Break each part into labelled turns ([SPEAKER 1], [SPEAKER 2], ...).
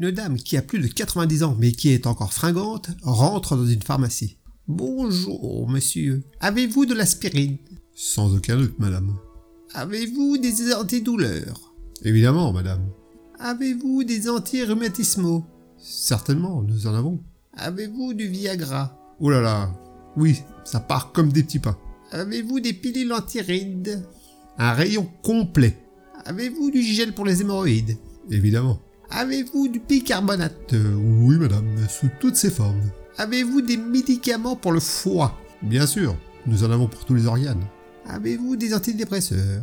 [SPEAKER 1] Une dame qui a plus de 90 ans mais qui est encore fringante rentre dans une pharmacie. Bonjour, monsieur. Avez-vous de l'aspirine
[SPEAKER 2] Sans aucun doute, madame.
[SPEAKER 1] Avez-vous des antidouleurs
[SPEAKER 2] Évidemment, madame.
[SPEAKER 1] Avez-vous des antirhumatismaux
[SPEAKER 2] Certainement, nous en avons.
[SPEAKER 1] Avez-vous du Viagra
[SPEAKER 2] Oh là là. Oui, ça part comme des petits pains.
[SPEAKER 1] Avez-vous des pilules antirides
[SPEAKER 2] Un rayon complet.
[SPEAKER 1] Avez-vous du gel pour les hémorroïdes
[SPEAKER 2] Évidemment.
[SPEAKER 1] Avez-vous du bicarbonate
[SPEAKER 2] Euh, oui, madame, sous toutes ses formes.
[SPEAKER 1] Avez-vous des médicaments pour le foie
[SPEAKER 2] Bien sûr, nous en avons pour tous les organes.
[SPEAKER 1] Avez-vous des antidépresseurs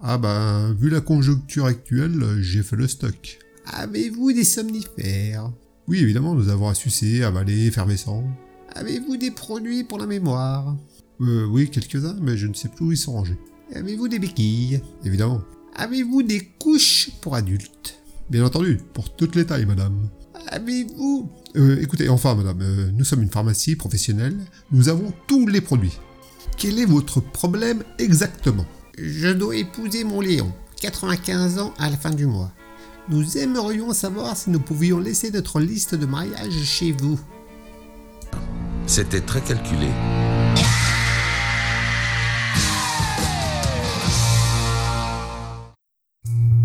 [SPEAKER 2] Ah ben, vu la conjoncture actuelle, euh, j'ai fait le stock.
[SPEAKER 1] Avez-vous des somnifères
[SPEAKER 2] Oui, évidemment, nous avons à sucer, avaler, effervescent.
[SPEAKER 1] Avez-vous des produits pour la mémoire
[SPEAKER 2] Euh, oui, quelques-uns, mais je ne sais plus où ils sont rangés.
[SPEAKER 1] Avez-vous des béquilles
[SPEAKER 2] Évidemment.
[SPEAKER 1] Avez-vous des couches pour adultes
[SPEAKER 2] Bien entendu, pour toutes les tailles, madame.
[SPEAKER 1] Avez-vous...
[SPEAKER 2] Euh, écoutez, enfin, madame, euh, nous sommes une pharmacie professionnelle, nous avons tous les produits. Quel est votre problème exactement
[SPEAKER 1] Je dois épouser mon Léon, 95 ans à la fin du mois. Nous aimerions savoir si nous pouvions laisser notre liste de mariage chez vous.
[SPEAKER 3] C'était très calculé.